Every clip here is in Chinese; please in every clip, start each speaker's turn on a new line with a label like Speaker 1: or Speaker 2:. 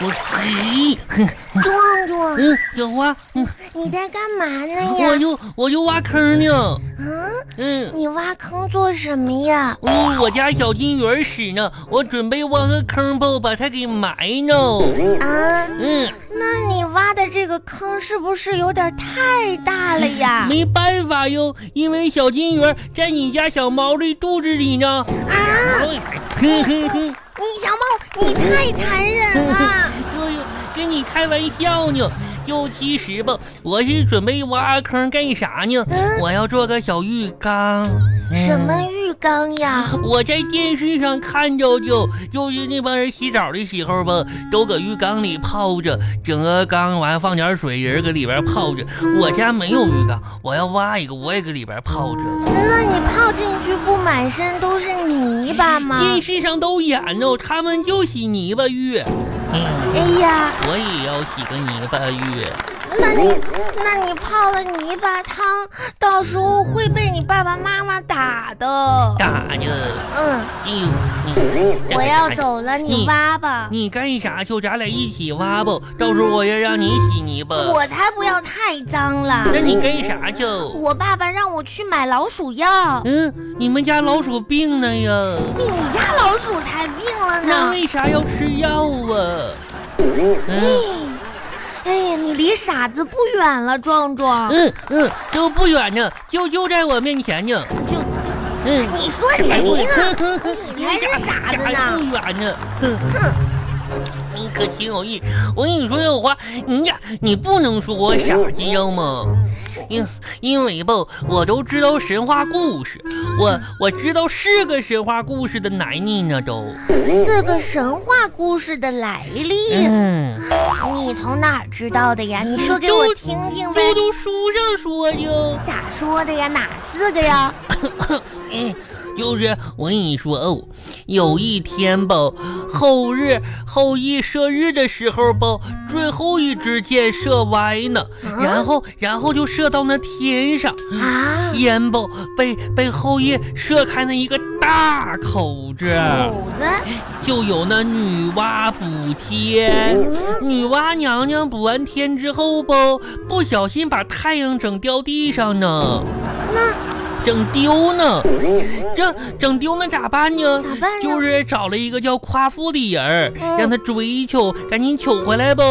Speaker 1: 我嘿，
Speaker 2: 壮壮，
Speaker 1: 嗯，小花，嗯，
Speaker 2: 你在干嘛呢
Speaker 1: 我
Speaker 2: 呀？
Speaker 1: 就我就挖坑呢，
Speaker 2: 啊，
Speaker 1: 嗯。
Speaker 2: 你挖坑做什么呀？
Speaker 1: 哦，我家小金鱼儿死呢，我准备挖个坑吧，把它给埋呢。
Speaker 2: 啊，
Speaker 1: 嗯，
Speaker 2: 那你挖的这个坑是不是有点太大了呀？
Speaker 1: 没办法哟，因为小金鱼儿在你家小猫的肚子里呢。
Speaker 2: 啊，
Speaker 1: 哼哼哼，
Speaker 2: 你小猫，你太残忍 了！
Speaker 1: 哎呦，跟你开玩笑呢。就其实吧，我是准备挖坑干啥呢？
Speaker 2: 嗯
Speaker 1: 我要做个小浴缸。
Speaker 2: 什
Speaker 1: 嗯
Speaker 2: 么浴缸呀？
Speaker 1: 我在电视上看着就就是那帮人洗澡的时候吧，都搁浴缸里泡着，整个缸完放点水，人搁里边泡着。我家没有浴缸，我要挖一个，我也搁里边泡着。
Speaker 2: 那你泡进去不满身都是泥巴吗？
Speaker 1: 电视上都演呢，他们就洗泥巴浴，嗯，
Speaker 2: 哎呀，
Speaker 1: 我也要洗个泥巴浴。
Speaker 2: 那你那你泡了泥巴汤，到时候会被你爸爸妈妈打的。
Speaker 1: 咋的？
Speaker 2: 嗯，
Speaker 1: 哎呦，你
Speaker 2: 我要。走了，你
Speaker 1: 哎你
Speaker 2: 挖吧。
Speaker 1: 你干啥去？咱俩一起挖吧，到时候我要让你洗泥巴。
Speaker 2: 我才不要太脏了。
Speaker 1: 那你干啥去？
Speaker 2: 我爸爸让我去买老鼠药，
Speaker 1: 嗯，你们家老鼠病了呀？
Speaker 2: 你家老鼠才病了
Speaker 1: 那
Speaker 2: 呢。
Speaker 1: 为啥要吃药啊？嗯
Speaker 2: 嗯哎呀，你离傻子不远了，壮壮。
Speaker 1: 嗯嗯，都不远呢，就就在我面前呢。
Speaker 2: 就就
Speaker 1: 嗯，
Speaker 2: 你说谁 呢？你才是傻子
Speaker 1: 还
Speaker 2: 呢！
Speaker 1: 不远呢。哼哼， 你可挺有意。我跟你说这话，你呀，你不能说我傻，知道吗？因因为吧，我都知道神话故事，我我知道四个神话故事的来历呢，都。
Speaker 2: 四个神话故事的来历，
Speaker 1: 嗯。
Speaker 2: 你从哪儿知道的呀？啊你说给我听听呗
Speaker 1: 都。都书上说的。
Speaker 2: 咋说的呀？哪四个呀？
Speaker 1: 嗯，就是我跟你说哦，有一天吧，后日后羿射日的时候吧，最后一支箭射歪了，
Speaker 2: 啊
Speaker 1: 然后然后就射到那天上，
Speaker 2: 啊，
Speaker 1: 天吧被被后羿射开那一个大口子，
Speaker 2: 虎子，
Speaker 1: 就有那女娲补天。
Speaker 2: 嗯，
Speaker 1: 女娲娘娘补完天之后吧，不小心把太阳整掉地上呢，
Speaker 2: 那
Speaker 1: 整丢呢，这整丢了咋办呢？
Speaker 2: 咋办
Speaker 1: 就
Speaker 2: 呢？
Speaker 1: 是找了一个叫夸父的人儿，
Speaker 2: 嗯
Speaker 1: 让他追求，赶紧取回来吧。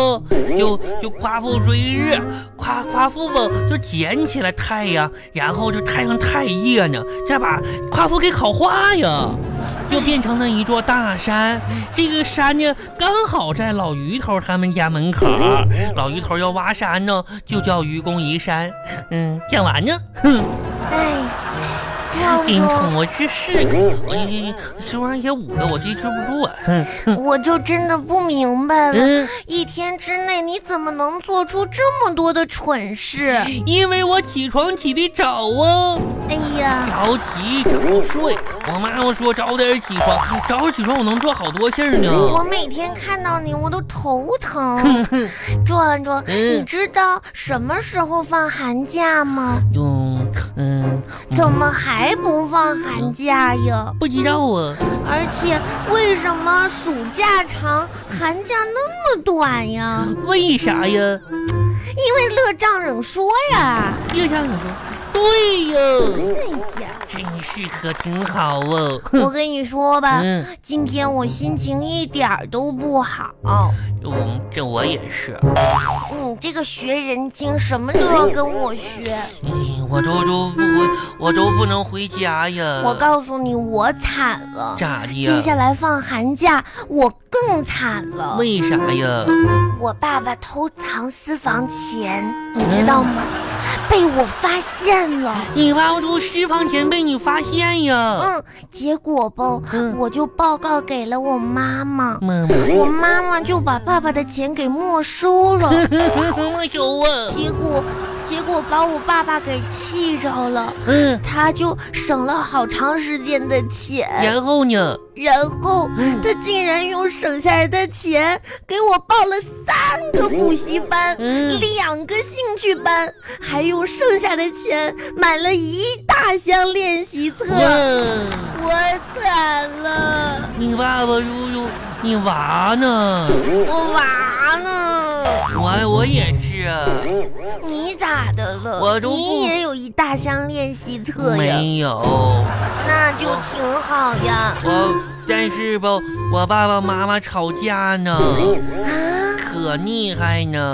Speaker 1: 就就夸父追日，夸夸父吧就捡起来太阳，然后就太阳太热呢，再把夸父给烤化呀，就变成了一座大山。这个山呢，刚好在老于头他们家门口儿。老于头要挖山呢，就叫愚公移山。嗯，讲完呢。
Speaker 2: 哎，壮
Speaker 1: 今
Speaker 2: 壮
Speaker 1: 天。我是四个，我这书上写五个，我这记不住啊。哼
Speaker 2: 我就真的不明白了，
Speaker 1: 嗯，
Speaker 2: 一天之内你怎么能做出这么多的蠢事？
Speaker 1: 因为我起床起得早啊，
Speaker 2: 哎呀，
Speaker 1: 早起早睡。我妈妈说早点起床，早起床我能做好多事儿
Speaker 2: 我
Speaker 1: 呢。
Speaker 2: 每天看到你我都头 疼。壮壮，
Speaker 1: 嗯
Speaker 2: 你知道什么时候放寒假吗？
Speaker 1: 嗯嗯，
Speaker 2: 怎么还不放寒假呀？
Speaker 1: 不知道啊？
Speaker 2: 而且为什么暑假长，寒假那么短呀？
Speaker 1: 为啥呀？
Speaker 2: 因为乐丈人说呀。
Speaker 1: 又像你说，对呀，
Speaker 2: 哎呀，
Speaker 1: 真是可挺好哦。
Speaker 2: 我跟你说吧，
Speaker 1: 嗯，
Speaker 2: 今天我心情一点儿都不好。
Speaker 1: 我这我也是，
Speaker 2: 你这个学人精，什么都要跟我学。
Speaker 1: 嗯我都都不回，我都不能回家呀。
Speaker 2: 我告诉你，我惨了。
Speaker 1: 咋的呀？
Speaker 2: 接下来放寒假，我更惨了。
Speaker 1: 为啥呀？
Speaker 2: 我爸爸偷藏私房钱，你知道吗？被我发现了。
Speaker 1: 你挖不出私房钱被你发现呀？
Speaker 2: 嗯，结果吧，
Speaker 1: 嗯
Speaker 2: 我就报告给了我妈妈，
Speaker 1: 妈妈，
Speaker 2: 我妈妈就把爸爸的钱给没 收
Speaker 1: 嗯
Speaker 2: 了。
Speaker 1: 没收啊。
Speaker 2: 结果，结果把我爸爸给气着了，
Speaker 1: 嗯，
Speaker 2: 他就省了好长时间的钱。
Speaker 1: 然后呢？
Speaker 2: 然后
Speaker 1: 嗯
Speaker 2: 他竟然用省下来的钱给我报了三个补习班，
Speaker 1: 嗯
Speaker 2: 两个兴趣班，还用剩下的钱买了一大箱练习册，
Speaker 1: 嗯，
Speaker 2: 我惨了，
Speaker 1: 你爸爸叔叔，你娃呢？
Speaker 2: 我娃呢？
Speaker 1: 我我也是啊，
Speaker 2: 你咋的了？
Speaker 1: 我都不
Speaker 2: 你也有一大箱练习册呀，
Speaker 1: 没有。
Speaker 2: 那就挺好呀。
Speaker 1: 我但是吧，我爸爸妈妈吵架呢，
Speaker 2: 啊，
Speaker 1: 可厉害呢。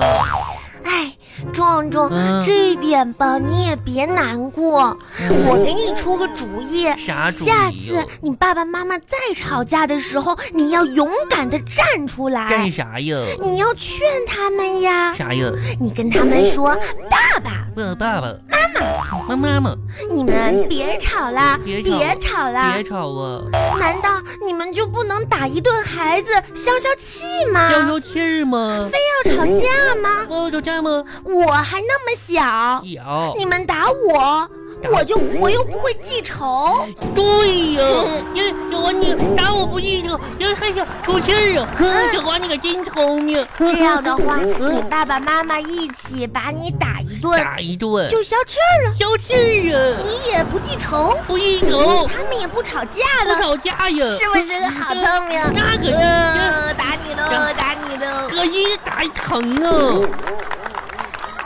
Speaker 2: 哎，壮壮，
Speaker 1: 嗯
Speaker 2: 这一点吧，你也别难过，
Speaker 1: 嗯
Speaker 2: 我给你出个主意。
Speaker 1: 啥主意哦哟？
Speaker 2: 下次你爸爸妈妈再吵架的时候，你要勇敢的站出
Speaker 1: 干
Speaker 2: 来，
Speaker 1: 啥呀？
Speaker 2: 你要劝他们呀。
Speaker 1: 啥呀？
Speaker 2: 你跟他们说：“爸爸，
Speaker 1: 问爸爸、妈妈、妈妈，
Speaker 2: 你们别吵啦，
Speaker 1: 嗯别吵
Speaker 2: 别吵啦
Speaker 1: 别！吵啊！
Speaker 2: 难道你们就不能打一顿孩子消消气吗？
Speaker 1: 消消气儿吗？
Speaker 2: 要吵架吗？
Speaker 1: 不吵架吗？
Speaker 2: 我还那么小，
Speaker 1: 小。
Speaker 2: 你们打我，我就我又不会记仇。
Speaker 1: 嗯对呀，
Speaker 2: 嗯
Speaker 1: 这小王你打我不记仇，这还想出气儿啊？哼，小王你可真聪明。
Speaker 2: 嗯这样的话，
Speaker 1: 嗯
Speaker 2: 你爸爸妈妈一起把你打一顿，
Speaker 1: 打一顿，
Speaker 2: 就消气儿了，
Speaker 1: 消气儿啊！
Speaker 2: 你也不记仇，
Speaker 1: 不记仇，
Speaker 2: 他们也不吵架
Speaker 1: 不
Speaker 2: 了，
Speaker 1: 吵架呀。
Speaker 2: 嗯
Speaker 1: 嗯
Speaker 2: 是不是好聪明？
Speaker 1: 那可是，
Speaker 2: 呃，打你喽，
Speaker 1: 嗯
Speaker 2: 打你喽。
Speaker 1: 可一打一疼啊。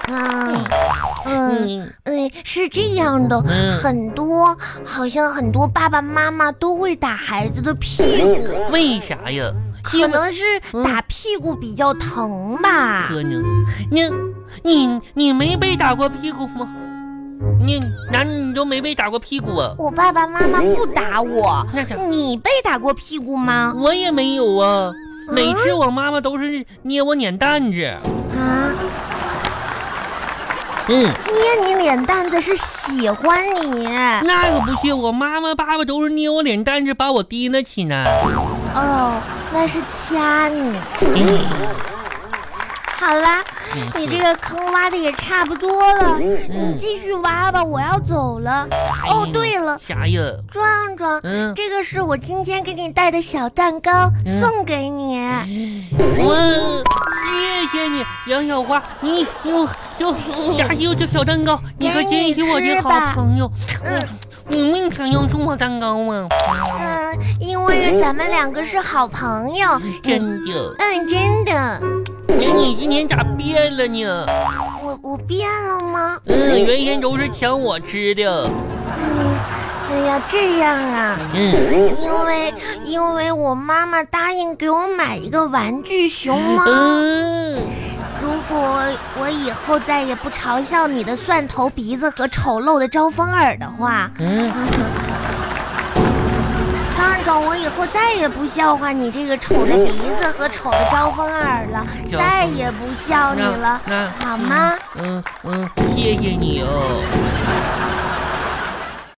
Speaker 2: 啊，嗯，
Speaker 1: 嗯
Speaker 2: 哎，是这样的，
Speaker 1: 嗯，
Speaker 2: 很多好像很多爸爸妈妈都会打孩子的屁股，
Speaker 1: 嗯为啥呀？因
Speaker 2: 可
Speaker 1: 为
Speaker 2: 能是
Speaker 1: 嗯
Speaker 2: 打屁股比较疼吧。
Speaker 1: 可能，你你你没被打过屁股吗？你难你都没被打过屁股啊？
Speaker 2: 我爸爸妈妈不打我，
Speaker 1: 那咋？
Speaker 2: 你被打过屁股吗？
Speaker 1: 我也没有啊。
Speaker 2: 啊
Speaker 1: 每次我妈妈都是捏我脸蛋子，
Speaker 2: 啊，
Speaker 1: 嗯，
Speaker 2: 捏你脸蛋子是喜欢你，
Speaker 1: 那可不是，我妈妈爸爸都是捏我脸蛋子，把我提了起来。
Speaker 2: 哦，那是掐你。
Speaker 1: 嗯
Speaker 2: 好啦，你这个坑挖的也差不多了，
Speaker 1: 嗯哎
Speaker 2: 你继续挖吧，我要走了。哦，对了，
Speaker 1: 啥呀？
Speaker 2: 壮壮，
Speaker 1: 嗯，
Speaker 2: 这个是我今天给你带的小蛋糕，
Speaker 1: 嗯
Speaker 2: 送给你。
Speaker 1: 我谢谢你，杨小花，你又又
Speaker 2: 嗯
Speaker 1: 夹起我这小蛋糕，你可真是我这好朋友。
Speaker 2: 嗯
Speaker 1: 你们想要送我蛋糕啊吗？
Speaker 2: 嗯，因为咱们两个是好朋友。嗯
Speaker 1: 真的？
Speaker 2: 嗯，真的，
Speaker 1: 那你今天咋变了呢？
Speaker 2: 我我变了吗？
Speaker 1: 嗯，原先都是抢我吃的。
Speaker 2: 嗯，哎呀，这样啊，
Speaker 1: 嗯
Speaker 2: 因为因为我妈妈答应给我买一个玩具熊猫。
Speaker 1: 嗯，
Speaker 2: 如果我以后再也不嘲笑你的蒜头鼻子和丑陋的招风耳的话，
Speaker 1: 嗯，
Speaker 2: 壮壮，我以后再也不笑话你这个丑的鼻子和丑的招风耳了，
Speaker 1: 哦行
Speaker 2: 再也不笑你了，
Speaker 1: 那
Speaker 2: 好吗？
Speaker 1: 嗯嗯，谢谢你哦。